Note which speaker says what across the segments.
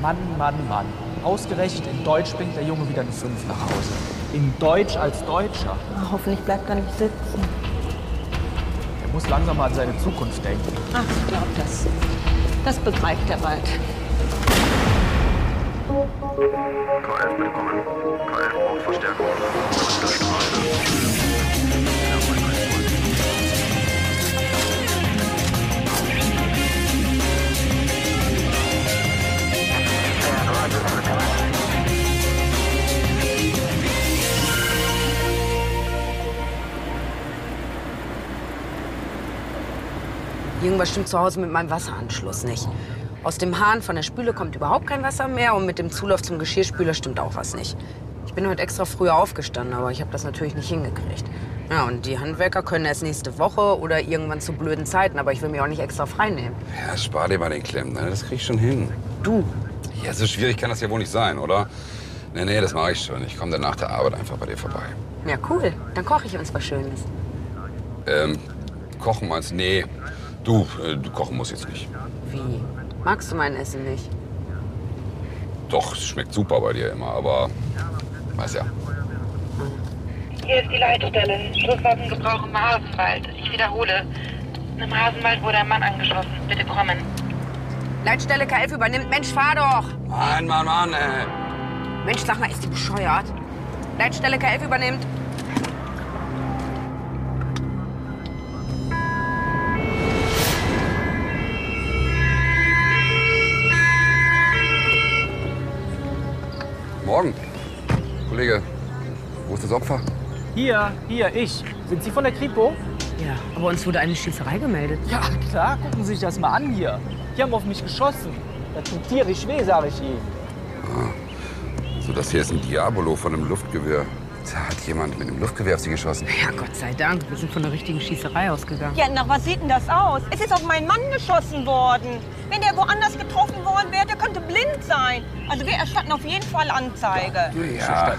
Speaker 1: Mann, Mann, Mann. Ausgerechnet in Deutsch bringt der Junge wieder eine 5 nach Hause. In Deutsch als Deutscher.
Speaker 2: Ach, hoffentlich bleibt er nicht sitzen.
Speaker 1: Er muss langsam mal an seine Zukunft denken.
Speaker 2: Ach, ich glaube das. Das begreift er bald.
Speaker 3: K11 willkommen. K11 braucht Verstärkung.
Speaker 4: Irgendwas stimmt zu Hause mit meinem Wasseranschluss nicht. Aus dem Hahn von der Spüle kommt überhaupt kein Wasser mehr und mit dem Zulauf zum Geschirrspüler stimmt auch was nicht. Ich bin heute extra früher aufgestanden, aber ich habe das natürlich nicht hingekriegt. Ja, und die Handwerker können erst nächste Woche oder irgendwann zu blöden Zeiten, aber ich will mir auch nicht extra frei nehmen.
Speaker 5: Ja, spar dir mal den Klemm, ne? das krieg ich schon hin.
Speaker 4: Du,
Speaker 5: Ja, so schwierig kann das ja wohl nicht sein, oder? Nee, nee, das mache ich schon. Ich komme dann nach der Arbeit einfach bei dir vorbei.
Speaker 4: ja cool, dann koche ich uns was Schönes.
Speaker 5: Ähm, kochen meinst du? Nee, du, äh, du kochen musst jetzt nicht.
Speaker 4: Wie? Magst du mein Essen nicht?
Speaker 5: Doch, es schmeckt super bei dir immer, aber weiß ja.
Speaker 6: Hier ist die Leitstelle. Schusswaffengebrauch im Hasenwald. Ich wiederhole. Im Hasenwald wurde ein Mann angeschossen. Bitte kommen.
Speaker 4: Leitstelle K11 übernimmt. Mensch, fahr doch!
Speaker 5: Mann, Mann, Mann, ey.
Speaker 4: Mensch, sag mal, ist die bescheuert? Leitstelle K11 übernimmt.
Speaker 5: Morgen. Kollege, wo ist das Opfer?
Speaker 1: Hier, hier, ich. Sind Sie von der Kripo?
Speaker 4: Ja, aber uns wurde eine Schießerei gemeldet.
Speaker 1: Ja, klar, gucken Sie sich das mal an hier. Die haben auf mich geschossen. Das tut tierisch weh, sage ich Ihnen.
Speaker 5: So, das hier ist ein Diabolo von einem Luftgewehr. Da hat jemand mit einem Luftgewehr auf sie geschossen.
Speaker 4: Ja, Gott sei Dank. Wir sind von der richtigen Schießerei ausgegangen.
Speaker 2: Ja, nach was sieht denn das aus? Es ist auf meinen Mann geschossen worden. Wenn der woanders getroffen worden wäre, der könnte blind sein. Also wir erstatten auf jeden Fall Anzeige.
Speaker 5: Ja,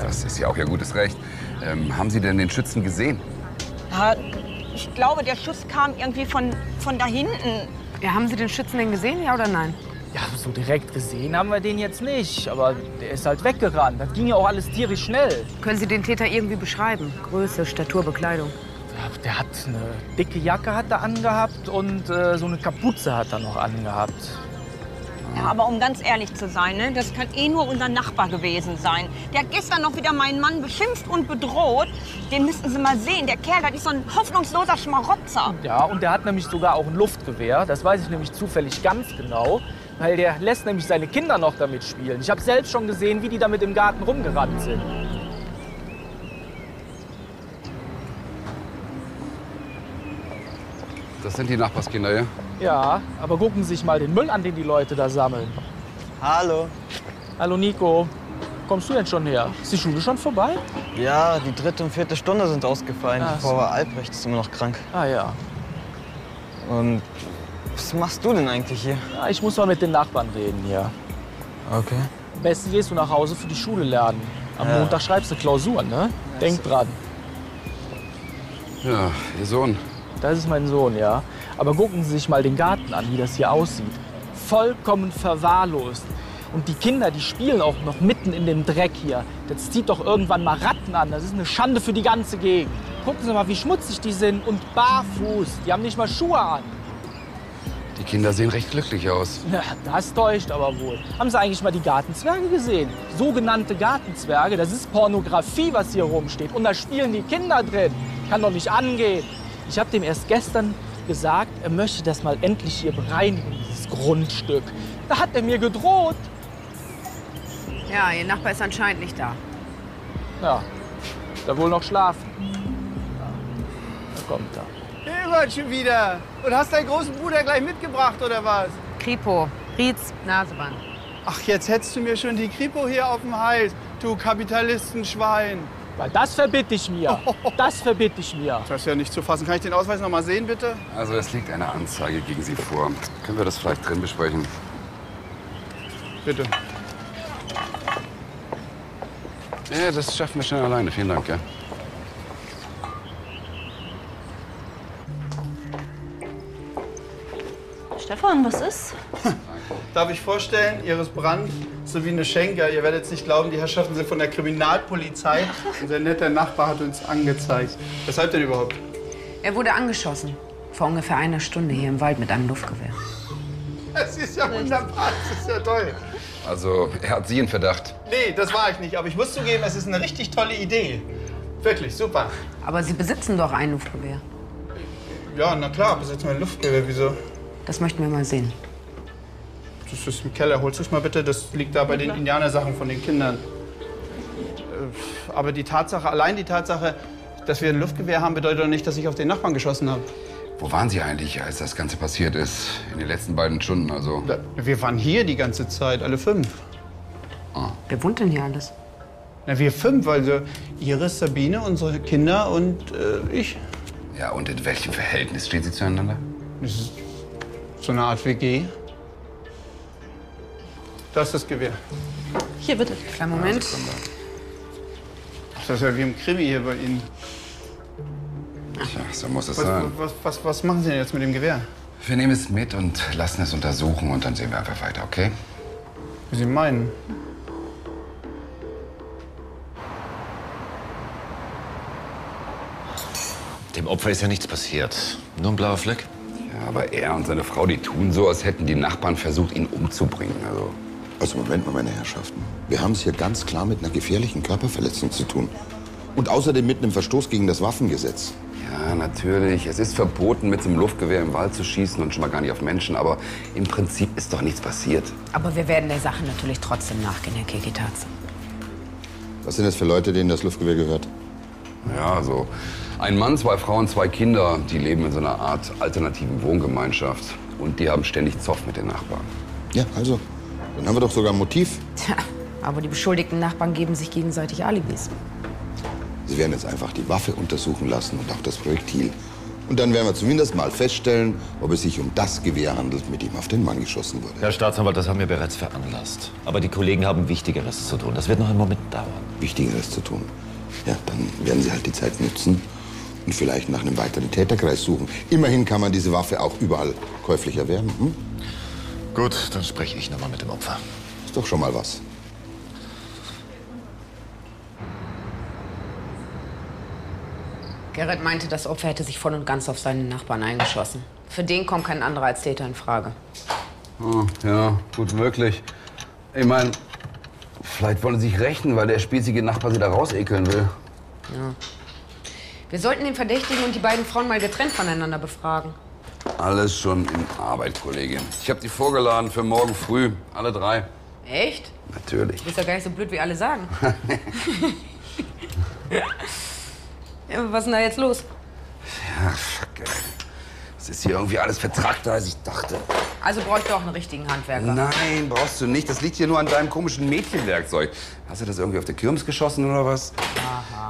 Speaker 5: das ist ja auch ihr gutes Recht. Ähm, haben Sie denn den Schützen gesehen?
Speaker 2: Ja, ich glaube, der Schuss kam irgendwie von, von da hinten.
Speaker 4: Ja, haben Sie den Schützen denn gesehen, ja oder nein?
Speaker 1: Ja, so direkt gesehen haben wir den jetzt nicht. Aber der ist halt weggerannt. Das ging ja auch alles tierisch schnell.
Speaker 4: Können Sie den Täter irgendwie beschreiben? Größe, Statur, Bekleidung.
Speaker 1: Ja, Der hat eine dicke Jacke hat er angehabt und äh, so eine Kapuze hat er noch angehabt.
Speaker 2: Ja, aber um ganz ehrlich zu sein, ne, das kann eh nur unser Nachbar gewesen sein. Der hat gestern noch wieder meinen Mann beschimpft und bedroht. Den müssten Sie mal sehen. Der Kerl, das ist so ein hoffnungsloser Schmarotzer.
Speaker 1: Ja, und der hat nämlich sogar auch ein Luftgewehr. Das weiß ich nämlich zufällig ganz genau, weil der lässt nämlich seine Kinder noch damit spielen. Ich habe selbst schon gesehen, wie die damit im Garten rumgerannt sind.
Speaker 5: Das sind die Nachbarskinder, ja?
Speaker 1: Ja, aber gucken Sie sich mal den Müll an, den die Leute da sammeln.
Speaker 7: Hallo.
Speaker 1: Hallo Nico, kommst du denn schon her? Ist die Schule schon vorbei?
Speaker 7: Ja, die dritte und vierte Stunde sind ausgefallen.
Speaker 1: Ach
Speaker 7: Die Frau Albrecht ist immer noch krank.
Speaker 1: Ah ja.
Speaker 7: Und was machst du denn eigentlich hier?
Speaker 1: ja ich muss mal mit den Nachbarn reden hier.
Speaker 7: Okay.
Speaker 1: Am besten gehst du nach Hause für die Schule lernen. Am
Speaker 7: Ja.
Speaker 1: Montag schreibst du Klausuren, ne? Denk dran.
Speaker 5: Ja, ihr Sohn.
Speaker 1: Das ist mein Sohn, ja. Aber gucken Sie sich mal den Garten an, wie das hier aussieht. Vollkommen verwahrlost. Und die Kinder, die spielen auch noch mitten in dem Dreck hier. Das zieht doch irgendwann mal Ratten an. Das ist eine Schande für die ganze Gegend. Gucken Sie mal, wie schmutzig die sind. Und barfuß. Die haben nicht mal Schuhe an.
Speaker 5: Die Kinder sehen recht glücklich aus.
Speaker 1: Ja, das täuscht aber wohl. Haben Sie eigentlich mal die Gartenzwerge gesehen? Sogenannte Gartenzwerge, das ist Pornografie, was hier rumsteht. Und da spielen die Kinder drin. Kann doch nicht angehen. Ich habe dem erst gestern gesagt, er möchte das mal endlich hier bereinigen, dieses Grundstück. Da hat er mir gedroht.
Speaker 4: Ja, Ihr Nachbar ist anscheinend nicht da.
Speaker 1: Ja, da wohl noch schlafen. Ja, da kommt er.
Speaker 8: Hilbert schon wieder. Und hast deinen großen Bruder gleich mitgebracht, oder was?
Speaker 4: Kripo, Rietz, Naseband.
Speaker 8: Ach, jetzt hättest du mir schon die Kripo hier auf dem Hals, du Kapitalistenschwein.
Speaker 1: Weil das verbitte ich mir. Das verbitte ich mir.
Speaker 8: Das ist ja nicht zu fassen. Kann ich den Ausweis noch mal sehen, bitte?
Speaker 5: Also es liegt eine Anzeige gegen Sie vor. Können wir das vielleicht drin besprechen?
Speaker 8: Bitte.
Speaker 5: Ja, das schaffen wir schnell alleine. Vielen Dank, ja.
Speaker 9: Stefan, was ist?
Speaker 8: darf ich vorstellen, Iris Brandt sowie eine Schenker. Ihr werdet es nicht glauben, die Herrschaften sind von der Kriminalpolizei. Unser netter Nachbar hat uns angezeigt. Weshalb denn überhaupt?
Speaker 4: Er wurde angeschossen. Vor ungefähr einer Stunde hier im Wald mit einem Luftgewehr.
Speaker 8: Das ist ja wunderbar, das ist ja toll.
Speaker 5: Also, er hat Sie in Verdacht.
Speaker 8: Nee, das war ich nicht, aber ich muss zugeben, es ist eine richtig tolle Idee. Wirklich, super.
Speaker 4: Aber Sie besitzen doch ein Luftgewehr.
Speaker 8: Ja, na klar, besetzt mal ein Luftgewehr, wieso?
Speaker 4: Das möchten wir mal sehen.
Speaker 8: Das ist im Keller. Holst du es mal bitte? Das liegt da bei den Indianersachen von den Kindern. Äh, Aber die Tatsache, allein die Tatsache, dass wir ein Luftgewehr haben, bedeutet doch nicht, dass ich auf den Nachbarn geschossen habe.
Speaker 5: Wo waren Sie eigentlich, als das Ganze passiert ist? In den letzten beiden Stunden, also.
Speaker 8: Da- Wir waren hier die ganze Zeit, alle fünf.
Speaker 4: Wer wohnt denn hier alles?
Speaker 8: Na, wir fünf, also Iris, Sabine, unsere Kinder und äh, ich.
Speaker 5: Ja, und in welchem Verhältnis stehen Sie zueinander?
Speaker 8: Das ist so eine Art WG. Das ist das Gewehr.
Speaker 9: Hier, bitte.
Speaker 4: Kleinen Moment.
Speaker 8: Das ist ja wie im Krimi hier bei Ihnen.
Speaker 5: Tja, so muss es
Speaker 8: Was,
Speaker 5: sein.
Speaker 8: was, was, was machen Sie denn jetzt mit dem Gewehr?
Speaker 5: Wir nehmen es mit und lassen es untersuchen und dann sehen wir einfach weiter, okay?
Speaker 8: Wie Sie meinen.
Speaker 10: Dem Opfer ist ja nichts passiert. Nur ein blauer Fleck.
Speaker 5: Ja, aber er und seine Frau, die tun so, als hätten die Nachbarn versucht, ihn umzubringen. Also,
Speaker 11: Also Moment mal, meine Herrschaften. Wir haben es hier ganz klar mit einer gefährlichen Körperverletzung zu tun. Und außerdem mit einem Verstoß gegen das Waffengesetz.
Speaker 5: ja, natürlich. Es ist verboten, mit einem Luftgewehr im Wald zu schießen und schon mal gar nicht auf Menschen. Aber im Prinzip ist doch nichts passiert.
Speaker 4: also- Aber wir werden der Sache natürlich trotzdem nachgehen, Herr Kekitatze.
Speaker 11: Was sind das für Leute, denen das Luftgewehr gehört?
Speaker 5: Ja, so. Ein Mann, zwei Frauen, zwei Kinder, die leben in so einer Art alternativen Wohngemeinschaft. Und die haben ständig Zoff mit den Nachbarn.
Speaker 11: Ja, also. Dann haben wir doch sogar ein Motiv.
Speaker 4: Tja, aber die beschuldigten Nachbarn geben sich gegenseitig Alibis.
Speaker 11: Sie werden jetzt einfach die Waffe untersuchen lassen und auch das Projektil. Und dann werden wir zumindest mal feststellen, ob es sich um das Gewehr handelt, mit dem auf den Mann geschossen wurde.
Speaker 10: Herr Staatsanwalt, das haben wir bereits veranlasst. Aber die Kollegen haben Wichtigeres zu tun. Das wird noch einen Moment dauern.
Speaker 11: Wichtigeres zu tun. Ja, dann werden sie halt die Zeit nutzen und vielleicht nach einem weiteren Täterkreis suchen. Immerhin kann man diese Waffe auch überall käuflich erwerben. Hm?
Speaker 10: Gut, dann spreche ich nochmal mit dem Opfer.
Speaker 11: Ist doch schon mal was.
Speaker 4: Gerrit meinte, das Opfer hätte sich voll und ganz auf seinen Nachbarn eingeschossen. Für den kommt kein anderer als Täter in Frage.
Speaker 5: Ah, ja, gut möglich. Ich meine, vielleicht wollen sie sich rächen, weil der spießige Nachbar sie da rausekeln will.
Speaker 4: Wir sollten den Verdächtigen und die beiden Frauen mal getrennt voneinander befragen.
Speaker 5: Alles schon in Arbeit, Kollegin. Ich habe die vorgeladen für morgen früh. Alle drei.
Speaker 4: Echt?
Speaker 5: Natürlich.
Speaker 4: Du bist ja gar nicht so blöd, wie alle sagen. ja, aber was ist denn da jetzt los?
Speaker 5: Ach, fuck, ey. Es ist hier irgendwie alles vertragter, als ich dachte.
Speaker 4: Also bräuchte auch einen richtigen Handwerker.
Speaker 5: Nein, brauchst du nicht. Das liegt hier nur an deinem komischen Mädchenwerkzeug. Hast du das irgendwie auf der Kirmes geschossen oder was?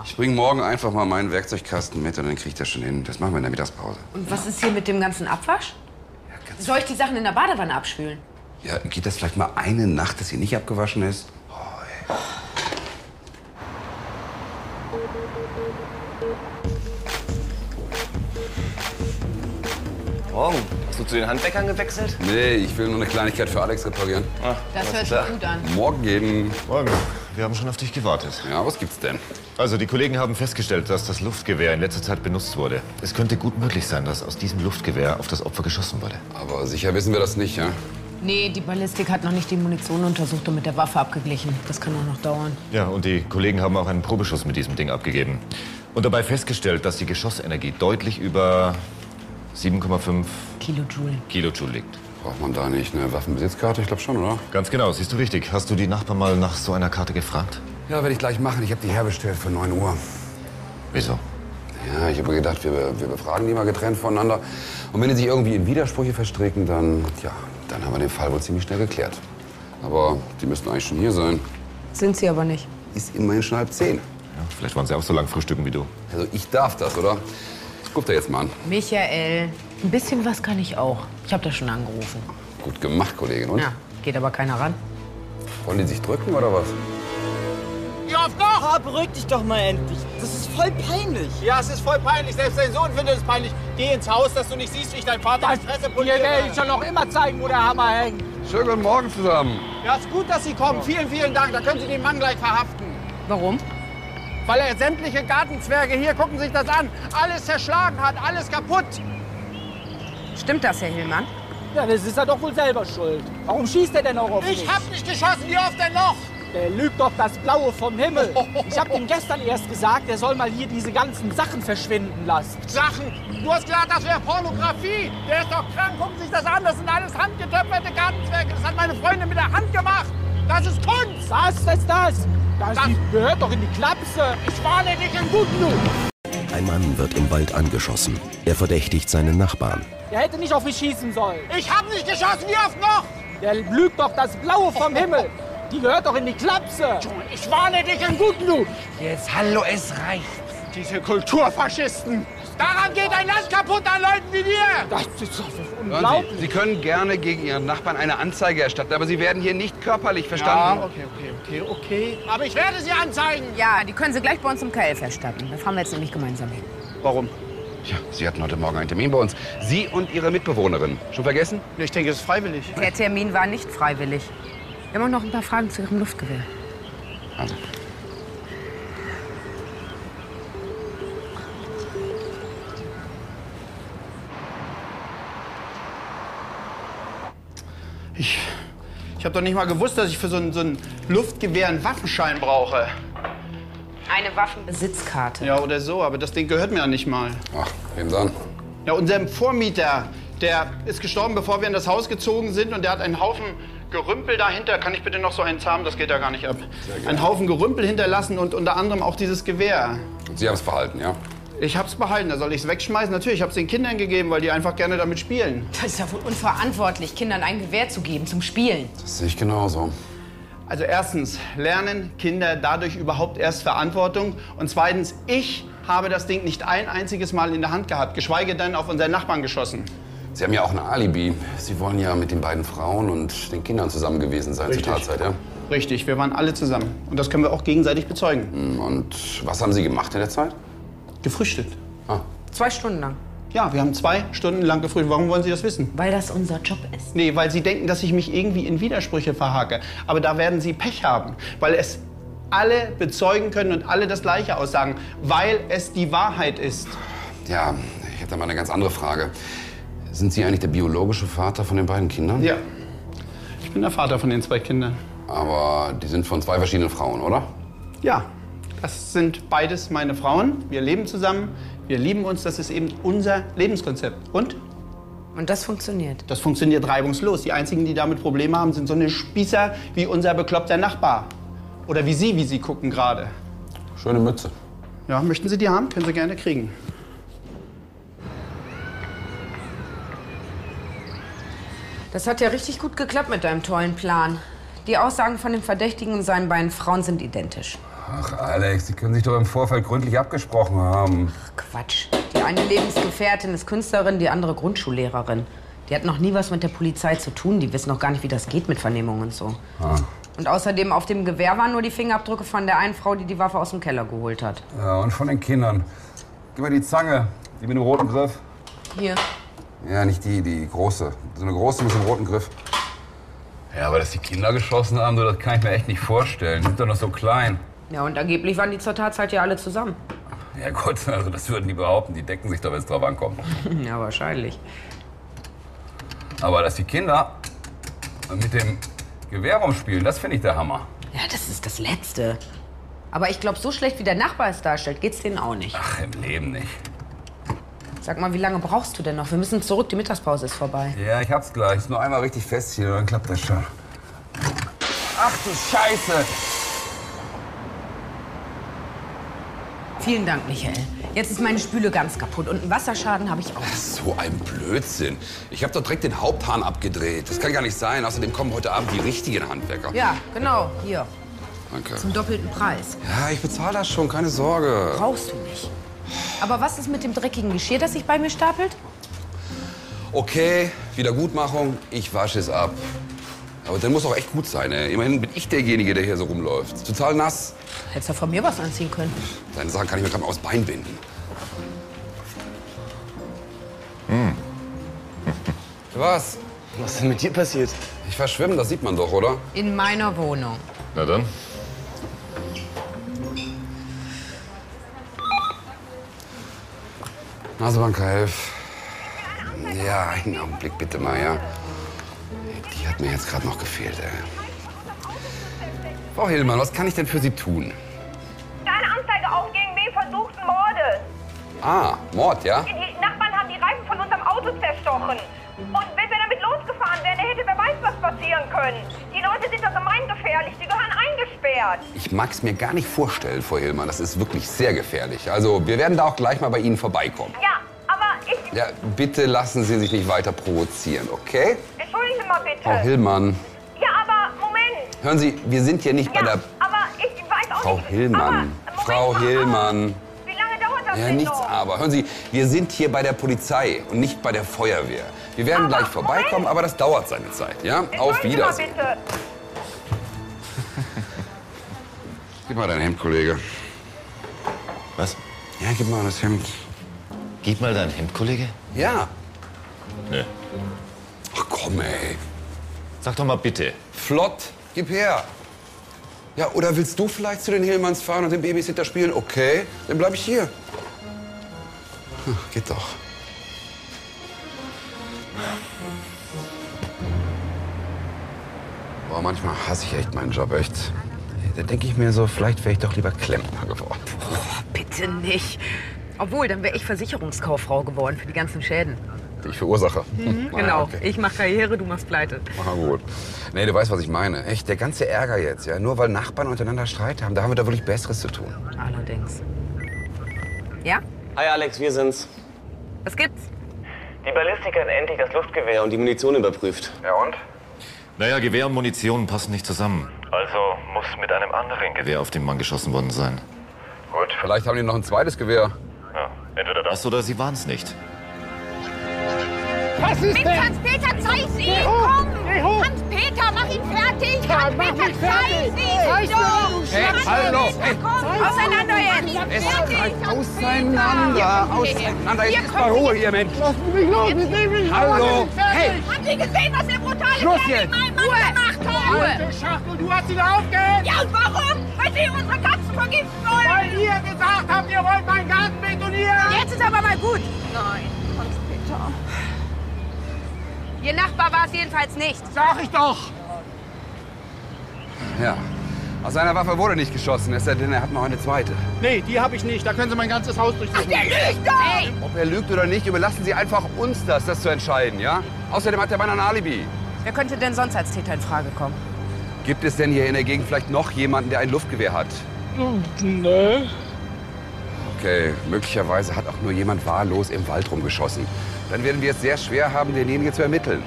Speaker 5: Ich bring morgen einfach mal meinen Werkzeugkasten mit und dann krieg ich das schon hin. Das machen wir in der Mittagspause.
Speaker 4: Und was ist hier mit dem ganzen Abwasch?
Speaker 5: Ja, ganz
Speaker 4: Soll ich die Sachen in der Badewanne abspülen?
Speaker 5: ja, geht das vielleicht mal eine Nacht, dass hier nicht abgewaschen ist?
Speaker 10: Morgen. Hast du zu den Handwerkern gewechselt?
Speaker 5: Nee, ich will nur eine Kleinigkeit für Alex reparieren.
Speaker 4: Das hört sich gut an.
Speaker 5: Morgen gehen.
Speaker 10: Morgen. Wir haben schon auf dich gewartet.
Speaker 5: Ja, was gibt's denn?
Speaker 10: Also, die Kollegen haben festgestellt, dass das Luftgewehr in letzter Zeit benutzt wurde. Es könnte gut möglich sein, dass aus diesem Luftgewehr auf das Opfer geschossen wurde.
Speaker 5: Aber sicher wissen wir das nicht, ja?
Speaker 4: Nee, die Ballistik hat noch nicht die Munition untersucht und mit der Waffe abgeglichen. Das kann auch noch dauern.
Speaker 10: Ja, und die Kollegen haben auch einen Probeschuss mit diesem Ding abgegeben. Und dabei festgestellt, dass die Geschossenergie deutlich über 7,5
Speaker 4: Kilojoule.
Speaker 10: Kilojoule liegt.
Speaker 5: Braucht man da nicht eine Waffenbesitzkarte? Ich glaube schon, oder?
Speaker 10: Ganz genau, siehst du richtig. Hast du die Nachbarn mal nach so einer Karte gefragt?
Speaker 5: Ja, werde ich gleich machen. Ich habe die herbestellt für 9 Uhr.
Speaker 10: Wieso?
Speaker 5: Ja, ich habe gedacht, wir, wir befragen die mal getrennt voneinander. Und wenn die sich irgendwie in Widersprüche verstricken, dann, ja, dann haben wir den Fall wohl ziemlich schnell geklärt. Aber die müssten eigentlich schon hier sein.
Speaker 4: Sind sie aber nicht.
Speaker 5: Ist immerhin schon halb zehn.
Speaker 10: Ja, vielleicht waren sie auch so lang frühstücken wie du.
Speaker 5: Also ich darf das, oder? Guck da jetzt mal an.
Speaker 4: Michael, ein bisschen was kann ich auch. Ich habe da schon angerufen.
Speaker 5: Gut gemacht, Kollegin. Und?
Speaker 4: Ja, geht aber keiner ran.
Speaker 5: Wollen die sich drücken oder was?
Speaker 9: Ah, beruhig dich doch mal endlich. Das ist voll peinlich.
Speaker 7: Ja, es ist voll peinlich. Selbst dein Sohn findet es peinlich. Geh ins Haus, dass du nicht siehst, wie ich dein Vater
Speaker 1: Das, hier werde ich schon noch immer zeigen, wo der Hammer hängt.
Speaker 5: Schönen guten Morgen zusammen.
Speaker 12: Ja, ist gut, dass Sie kommen. Vielen, vielen Dank. Da können Sie den Mann gleich verhaften.
Speaker 4: Warum?
Speaker 12: Weil er sämtliche Gartenzwerge hier, gucken Sie sich das an, alles zerschlagen hat, alles kaputt.
Speaker 4: Stimmt das, Herr Hillmann?
Speaker 1: Ja, das ist er doch wohl selber schuld. Warum schießt er denn auch auf
Speaker 12: Ich
Speaker 1: mich?
Speaker 12: hab nicht geschossen, wie oft denn noch?
Speaker 1: Der lügt doch das Blaue vom Himmel. Ich habe ihm gestern erst gesagt, er soll mal hier diese ganzen Sachen verschwinden lassen.
Speaker 12: Sachen? Du hast gesagt, das wäre Pornografie. Der ist doch krank, gucken Sie sich das an. Das sind alles handgetöpferte Gartenzwerge. Das hat meine Freundin mit der Hand gemacht. Das ist Kunst.
Speaker 1: Was ist das? Das, gehört doch in die Klapse.
Speaker 12: Ich warne dich im guten Mut.
Speaker 13: Ein Mann wird im Wald angeschossen. Er verdächtigt seinen Nachbarn.
Speaker 1: Der hätte nicht auf mich schießen sollen.
Speaker 12: Ich habe nicht geschossen, wie oft noch?
Speaker 1: Der lügt doch das Blaue vom Himmel. Die gehört doch in die Klapse.
Speaker 12: Ich warne dich im guten Du.
Speaker 1: Jetzt hallo, es reicht.
Speaker 12: Diese Kulturfaschisten. Daran geht ein Land kaputt an Leuten wie dir.
Speaker 1: Das ist doch
Speaker 5: Hören Sie, Sie können gerne gegen Ihren Nachbarn eine Anzeige erstatten, aber Sie werden hier nicht körperlich
Speaker 8: Ah,
Speaker 5: verstanden.
Speaker 12: Ja, okay, okay, okay, okay. Aber ich werde Sie anzeigen.
Speaker 4: Ja, die können Sie gleich bei uns im KF erstatten. Da fahren wir jetzt nämlich gemeinsam hin.
Speaker 5: Warum? Ja, Sie hatten heute Morgen einen Termin bei uns. Sie und Ihre Mitbewohnerin. Schon vergessen?
Speaker 8: Ich denke, es ist freiwillig.
Speaker 4: Der Termin war nicht freiwillig. Wir haben auch noch ein paar Fragen zu Ihrem Luftgewehr.
Speaker 5: Also.
Speaker 8: Ich, ich habe doch nicht mal gewusst, dass ich für so ein, so ein Luftgewehr einen Waffenschein brauche.
Speaker 4: Eine Waffenbesitzkarte.
Speaker 8: Ja, oder so, aber das Ding gehört mir ja nicht mal.
Speaker 5: Ach, wem dann?
Speaker 8: Ja, unserem Vormieter, der ist gestorben, bevor wir in das Haus gezogen sind und der hat einen Haufen Gerümpel dahinter. Kann ich bitte noch so eins haben? Das geht ja gar nicht ab.
Speaker 5: gerne.
Speaker 8: Einen Haufen Gerümpel hinterlassen und unter anderem auch dieses Gewehr.
Speaker 5: Und Sie haben es verhalten, ja?
Speaker 8: Ich hab's behalten, da soll ich's wegschmeißen. Natürlich, ich hab's den Kindern gegeben, weil die einfach gerne damit spielen.
Speaker 4: Das ist ja wohl unverantwortlich, Kindern ein Gewehr zu geben zum Spielen.
Speaker 5: Das sehe ich genauso.
Speaker 8: Also erstens, lernen Kinder dadurch überhaupt erst Verantwortung? Und zweitens, ich habe das Ding nicht ein einziges Mal in der Hand gehabt, geschweige denn auf unseren Nachbarn geschossen.
Speaker 5: Sie haben ja auch ein Alibi. Sie wollen ja mit den beiden Frauen und den Kindern zusammen gewesen sein
Speaker 8: Richtig.
Speaker 5: zur Tatzeit, ja?
Speaker 8: Richtig, wir waren alle zusammen. Und das können wir auch gegenseitig bezeugen.
Speaker 5: Hm, Und was haben Sie gemacht in der Zeit?
Speaker 8: Gefrühstückt.
Speaker 5: Ah,
Speaker 4: Zwei Stunden lang.
Speaker 8: Ja, wir haben zwei Stunden lang gefrühstückt. Warum wollen Sie das wissen?
Speaker 4: Weil das unser Job ist.
Speaker 8: Nee, weil Sie denken, dass ich mich irgendwie in Widersprüche verhake. Aber da werden Sie Pech haben, weil es alle bezeugen können und alle das Gleiche aussagen, weil es die Wahrheit ist.
Speaker 5: Ja, ich hätte mal eine ganz andere Frage. Sind Sie eigentlich der biologische Vater von den beiden Kindern?
Speaker 8: Ja. Ich bin der Vater von den zwei Kindern.
Speaker 5: Aber die sind von zwei verschiedenen Frauen, oder?
Speaker 8: Ja, das sind beides meine Frauen. Wir leben zusammen, wir lieben uns, das ist eben unser Lebenskonzept. Und?
Speaker 4: Und das funktioniert.
Speaker 8: Das funktioniert reibungslos. Die einzigen, die damit Probleme haben, sind so eine Spießer wie unser bekloppter Nachbar. Oder wie Sie, wie Sie gucken gerade.
Speaker 5: Schöne Mütze.
Speaker 8: Ja, möchten Sie die haben? Können Sie gerne kriegen.
Speaker 4: Das hat ja richtig gut geklappt mit deinem tollen Plan. Die Aussagen von dem Verdächtigen und seinen beiden Frauen sind identisch.
Speaker 5: Ach, Alex, Sie können sich doch im Vorfeld gründlich abgesprochen haben.
Speaker 4: Quatsch. Die eine Lebensgefährtin ist Künstlerin, die andere Grundschullehrerin. Die hat noch nie was mit der Polizei zu tun. Die wissen noch gar nicht, wie das geht mit Vernehmungen und so.
Speaker 5: Ah.
Speaker 4: Und außerdem auf dem Gewehr waren nur die Fingerabdrücke von der einen Frau, die die Waffe aus dem Keller geholt hat.
Speaker 5: Ja, und von den Kindern. Gib mir die Zange, die mit dem roten Griff.
Speaker 4: Hier.
Speaker 5: Ja, nicht die, die große. So eine große mit so einem roten Griff. Ja, aber dass die Kinder geschossen haben, so, das kann ich mir echt nicht vorstellen. Die sind doch noch so klein.
Speaker 4: Ja, und angeblich waren die zur Tatzeit ja alle zusammen.
Speaker 5: Ja Gott, also das würden die behaupten. Die decken sich doch, wenn es drauf ankommt.
Speaker 4: ja, wahrscheinlich.
Speaker 5: Aber dass die Kinder mit dem Gewehr rumspielen, das finde ich der Hammer.
Speaker 4: Ja, das ist das Letzte. Aber ich glaube, so schlecht wie der Nachbar es darstellt, geht's denen auch nicht.
Speaker 5: Ach, im Leben nicht.
Speaker 4: Sag mal, wie lange brauchst du denn noch? Wir müssen zurück, die Mittagspause ist vorbei.
Speaker 5: Ja, ich hab's gleich. Nur einmal richtig festziehen, dann klappt das schon. Ach du Scheiße!
Speaker 4: Vielen Dank, Michael. Jetzt ist meine Spüle ganz kaputt und einen Wasserschaden habe ich auch.
Speaker 5: So ein Blödsinn. Ich habe doch direkt den Haupthahn abgedreht. Das kann gar nicht sein. Außerdem kommen heute Abend die richtigen Handwerker.
Speaker 4: Ja, genau, hier.
Speaker 5: Danke.
Speaker 4: Zum doppelten Preis.
Speaker 5: Ja, ich bezahle das schon, keine Sorge.
Speaker 4: Brauchst du nicht. Aber was ist mit dem dreckigen Geschirr, das sich bei mir stapelt?
Speaker 5: Okay, Wiedergutmachung, ich wasche es ab. Aber dann muss auch echt gut sein, ey. Immerhin bin ich derjenige, der hier so rumläuft. Total nass.
Speaker 4: Hättest du von mir was anziehen können.
Speaker 5: Deine Sachen kann ich mir gerade mal aus Bein binden. Was? Was ist denn mit dir passiert? Ich war schwimmen, das sieht man doch, oder?
Speaker 4: In meiner Wohnung.
Speaker 10: Na dann.
Speaker 5: Nasebank KF. Ja, einen Augenblick bitte mal, ja. Die hat mir jetzt gerade noch gefehlt, ey. Frau Hillmann, was kann ich denn für Sie tun?
Speaker 14: Keine Anzeige auf gegen den versuchten Mordes.
Speaker 5: Ah, Mord, ja?
Speaker 14: Die Nachbarn haben die Reifen von unserem Auto zerstochen. Und wenn wir damit losgefahren wären, hätte wer weiß, was passieren können. Die Leute sind doch gemeingefährlich. Die gehören eingesperrt.
Speaker 5: Ich mag es mir gar nicht vorstellen, Frau Hillmann. Das ist wirklich sehr gefährlich. Also, wir werden da auch gleich mal bei Ihnen vorbeikommen.
Speaker 14: Ja, aber ich...
Speaker 5: Ja, bitte lassen Sie sich nicht weiter provozieren, okay?
Speaker 14: Entschuldigen Sie mal bitte.
Speaker 5: Frau Hillmann,
Speaker 14: Ja, aber Moment.
Speaker 5: hören Sie, wir sind hier nicht bei
Speaker 14: ja,
Speaker 5: der...
Speaker 14: aber ich weiß auch
Speaker 5: Frau
Speaker 14: nicht...
Speaker 5: Hillmann, Frau Hillmann.
Speaker 14: Aber wie lange dauert das
Speaker 5: Ja,
Speaker 14: denn
Speaker 5: nichts
Speaker 14: noch?
Speaker 5: aber. Hören Sie, wir sind hier bei der Polizei und nicht bei der Feuerwehr. Wir werden gleich vorbeikommen, aber das dauert seine Zeit, ja? Auf
Speaker 14: Entschuldigen Sie mal
Speaker 5: Wiedersehen.
Speaker 14: bitte.
Speaker 5: Gib mal dein Hemd, Kollege.
Speaker 10: Was?
Speaker 5: Ja, gib mal das Hemd.
Speaker 10: Gib mal dein Hemd, Kollege?
Speaker 5: Ja.
Speaker 10: Nö.
Speaker 5: Ach komm, ey.
Speaker 10: Sag doch mal bitte.
Speaker 5: Flott, gib her. Ja, oder willst du vielleicht zu den Hillmanns fahren und den Babysitter spielen? Okay, dann bleib ich hier. Hm, geht doch. Boah, manchmal hasse ich echt meinen Job, echt. Da denke ich mir so, vielleicht wäre ich doch lieber Klempner geworden.
Speaker 4: Bitte nicht. Obwohl, dann wäre ich Versicherungskauffrau geworden für die ganzen Schäden.
Speaker 5: Die ich verursache. Na ja,
Speaker 4: genau.
Speaker 5: okay.
Speaker 4: Ich mache Karriere, du machst Pleite.
Speaker 5: Ah, gut. Nee, du weißt, was ich meine. Echt, der ganze Ärger jetzt, ja. Nur weil Nachbarn untereinander Streit haben, da haben wir da wirklich Besseres zu tun.
Speaker 4: Allerdings. Ja?
Speaker 15: Hi Alex, wir sind's.
Speaker 4: Was gibt's?
Speaker 15: Die Ballistik hat endlich das Luftgewehr und die Munition überprüft.
Speaker 5: Ja und?
Speaker 10: Naja, Gewehr und Munition passen nicht zusammen.
Speaker 15: Also muss mit einem anderen
Speaker 10: Gewehr auf den Mann geschossen worden sein.
Speaker 5: Gut. Vielleicht haben die noch ein zweites Gewehr.
Speaker 10: Ja, entweder das. Achso, oder sie waren's nicht.
Speaker 12: Was ist denn?
Speaker 14: Hans-Peter, zeig's ihm!
Speaker 12: Geh hoch,
Speaker 14: Komm!
Speaker 12: geh hoch.
Speaker 14: Hans-Peter, mach ihn fertig!
Speaker 12: Ja, mach
Speaker 14: Hans-Peter,
Speaker 12: mich fertig.
Speaker 14: zeig's ihm!
Speaker 12: Zeig's mir,
Speaker 14: doch.
Speaker 12: du Schlampe. Hey, hallo, hey.
Speaker 14: Komm, auseinander jetzt! Fertig,
Speaker 5: Auseinander, auseinander. Jetzt ist mal Ruhe hier, Mensch.
Speaker 12: Lass mich los, ich nehme mich
Speaker 5: Hallo.
Speaker 12: Hey.
Speaker 14: Habt ihr gesehen, was der brutale
Speaker 12: Schluss
Speaker 14: Kerl
Speaker 12: jetzt.
Speaker 14: mit meinem Mann gemacht hat?
Speaker 12: Ruhe. Alte
Speaker 14: Schachtel, du hast ihn aufgehängt! Ja, und warum? Weil sie unsere Katzen vergiften wollen! Weil ihr gesagt habt, ihr wollt meinen Garten betonieren! Jetzt ist aber mal gut! Nein, Hans-Peter.
Speaker 4: Ihr Nachbar war es jedenfalls nicht.
Speaker 14: Sag ich doch!
Speaker 5: Ja. Aus seiner Waffe wurde nicht geschossen, es sei denn, er hat noch eine zweite.
Speaker 8: Nee, die habe ich nicht. Da können Sie mein ganzes Haus durchsuchen.
Speaker 14: Der lügt doch!
Speaker 5: Ob er lügt oder nicht, überlassen Sie einfach uns das, das zu entscheiden, ja? Außerdem hat der Mann ein Alibi.
Speaker 4: Wer könnte denn sonst als Täter in Frage kommen?
Speaker 5: Gibt es denn hier in der Gegend vielleicht noch jemanden, der ein Luftgewehr hat?
Speaker 1: Nö.
Speaker 5: Okay, möglicherweise hat auch nur jemand wahllos im Wald rumgeschossen. Dann werden wir es sehr schwer haben, denjenigen zu ermitteln.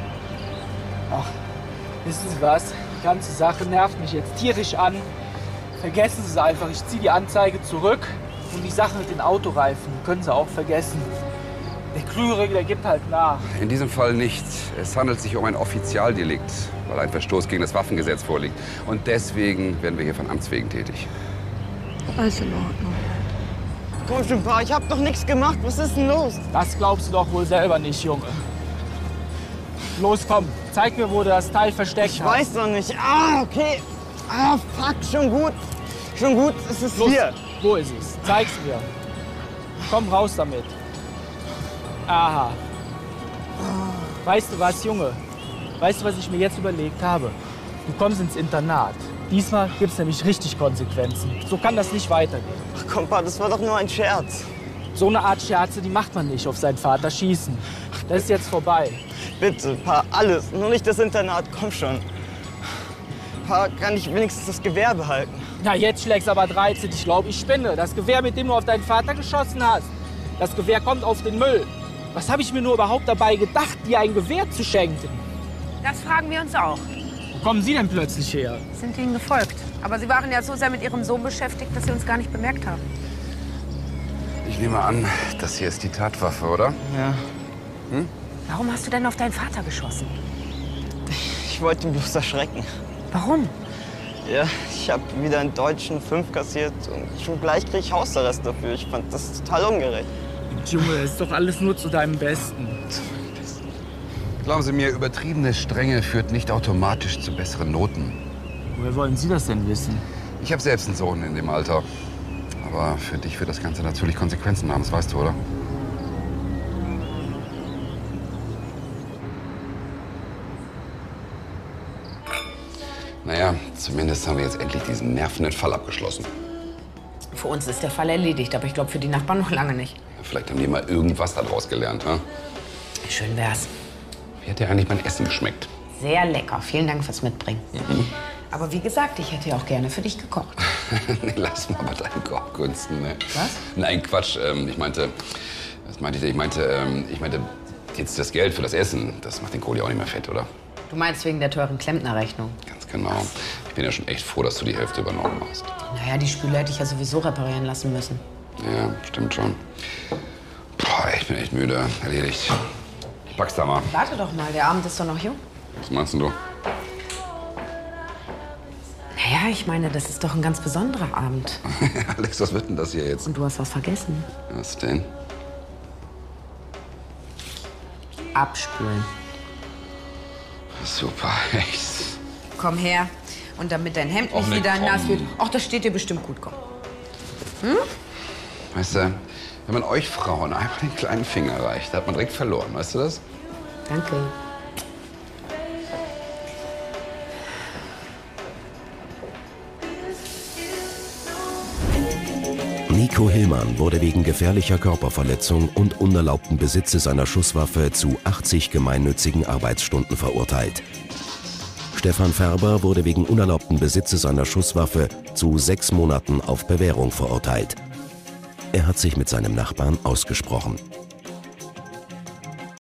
Speaker 1: Wissen Sie was? Die ganze Sache nervt mich jetzt tierisch an. Vergessen Sie es einfach. Ich ziehe die Anzeige zurück und die Sache mit den Autoreifen können Sie auch vergessen. Der Klügere, der gibt halt nach.
Speaker 5: In diesem Fall nicht. Es handelt sich um ein Offizialdelikt, weil ein Verstoß gegen das Waffengesetz vorliegt. Und deswegen werden wir hier von Amts wegen tätig.
Speaker 1: Alles in Ordnung.
Speaker 9: Komm schon, Pa, ich hab doch nichts gemacht. Was ist denn los?
Speaker 1: Das glaubst du doch wohl selber nicht, Junge. Los, komm. Zeig mir, wo du das Teil versteckt
Speaker 9: Ich
Speaker 1: hast.
Speaker 9: weiß doch nicht. Ah, okay. Ah, fuck, schon gut. Schon gut, es ist
Speaker 1: Los,
Speaker 9: hier.
Speaker 1: wo ist es? Zeig's mir. Komm raus damit. Aha. Weißt du was, Junge? Weißt du, was ich mir jetzt überlegt habe? Du kommst ins Internat. Diesmal gibt's nämlich richtig Konsequenzen. So kann das nicht weitergehen. Ach komm, Pa, das war doch nur ein Scherz. So eine Art Scherze, die macht man nicht auf seinen Vater schießen. Das ist jetzt vorbei.
Speaker 9: Bitte, Pa, alles. Nur nicht das Internat. Komm schon. Pa, kann ich wenigstens das Gewehr behalten?
Speaker 1: Na, jetzt schlägst aber 13. Ich glaube, ich spinne. Das Gewehr, mit dem du auf deinen Vater geschossen hast. Das Gewehr kommt auf den Müll. Was habe ich mir nur überhaupt dabei gedacht, dir ein Gewehr zu schenken?
Speaker 4: Das fragen wir uns auch.
Speaker 1: Wo kommen Sie denn plötzlich her?
Speaker 4: Sind ihnen gefolgt. Aber sie waren ja so sehr mit ihrem Sohn beschäftigt, dass sie uns gar nicht bemerkt haben.
Speaker 5: Ich nehme an, das hier ist die Tatwaffe, oder?
Speaker 9: Ja.
Speaker 5: Hm?
Speaker 4: Warum hast du denn auf deinen Vater geschossen?
Speaker 9: Ich wollte ihn bloß erschrecken.
Speaker 4: Warum?
Speaker 9: Ja, ich habe wieder einen deutschen Fünf kassiert und schon gleich krieg ich Hausarrest dafür. Ich fand das total ungerecht.
Speaker 1: Junge, ist doch alles nur zu deinem Besten.
Speaker 5: Glauben Sie mir, übertriebene Strenge führt nicht automatisch zu besseren Noten.
Speaker 1: Woher wollen Sie das denn wissen?
Speaker 5: Ich habe selbst einen Sohn in dem Alter. Aber für dich wird das Ganze natürlich Konsequenzen haben, das weißt du, oder? Naja, zumindest haben wir jetzt endlich diesen nervenden Fall abgeschlossen.
Speaker 4: Für uns ist der Fall erledigt, aber ich glaube für die Nachbarn noch lange nicht.
Speaker 5: Vielleicht haben die mal irgendwas daraus gelernt, ha?
Speaker 4: Schön wär's.
Speaker 5: Wie hat dir eigentlich mein Essen geschmeckt?
Speaker 4: Sehr lecker. Vielen Dank fürs Mitbringen. Aber wie gesagt, ich hätte ja auch gerne für dich gekocht.
Speaker 5: nee, lass mal bei deinen Kochkünsten, ne? Was? Nein, Quatsch. Ähm, ich meinte, was meinte ich denn? Ich meinte, ähm, ich meinte, jetzt das Geld für das Essen, das macht den Kohl ja auch nicht mehr fett, oder?
Speaker 4: Du meinst wegen der teuren Klempnerrechnung?
Speaker 5: Ganz genau. Ich bin ja schon echt froh, dass du die Hälfte übernommen hast.
Speaker 4: Naja, die Spüle hätte ich ja sowieso reparieren lassen müssen.
Speaker 5: Ja, stimmt schon. Boah, ich bin echt müde. Erledigt. Ich pack's da mal.
Speaker 4: Warte doch mal, der Abend ist doch noch jung.
Speaker 5: Was meinst denn du?
Speaker 4: Naja, ich meine, das ist doch ein ganz besonderer Abend.
Speaker 5: Alex, was wird denn das hier jetzt?
Speaker 4: Und du hast was vergessen.
Speaker 5: Was denn?
Speaker 4: Abspülen.
Speaker 5: Super, echt.
Speaker 4: Komm her. Und damit dein Hemd
Speaker 5: Och,
Speaker 4: nicht
Speaker 5: nee,
Speaker 4: wieder
Speaker 5: komm.
Speaker 4: nass wird. Ach, das steht dir bestimmt gut, komm. Hm?
Speaker 5: Weißt du, wenn man euch Frauen einmal den kleinen Finger reicht, hat man direkt verloren, weißt du das?
Speaker 4: Danke.
Speaker 13: Nico Hillmann wurde wegen gefährlicher Körperverletzung und unerlaubten Besitzes einer Schusswaffe zu 80 gemeinnützigen Arbeitsstunden verurteilt. Stefan Färber wurde wegen unerlaubten Besitzes einer Schusswaffe zu sechs Monaten auf Bewährung verurteilt. Er hat sich mit seinem Nachbarn ausgesprochen.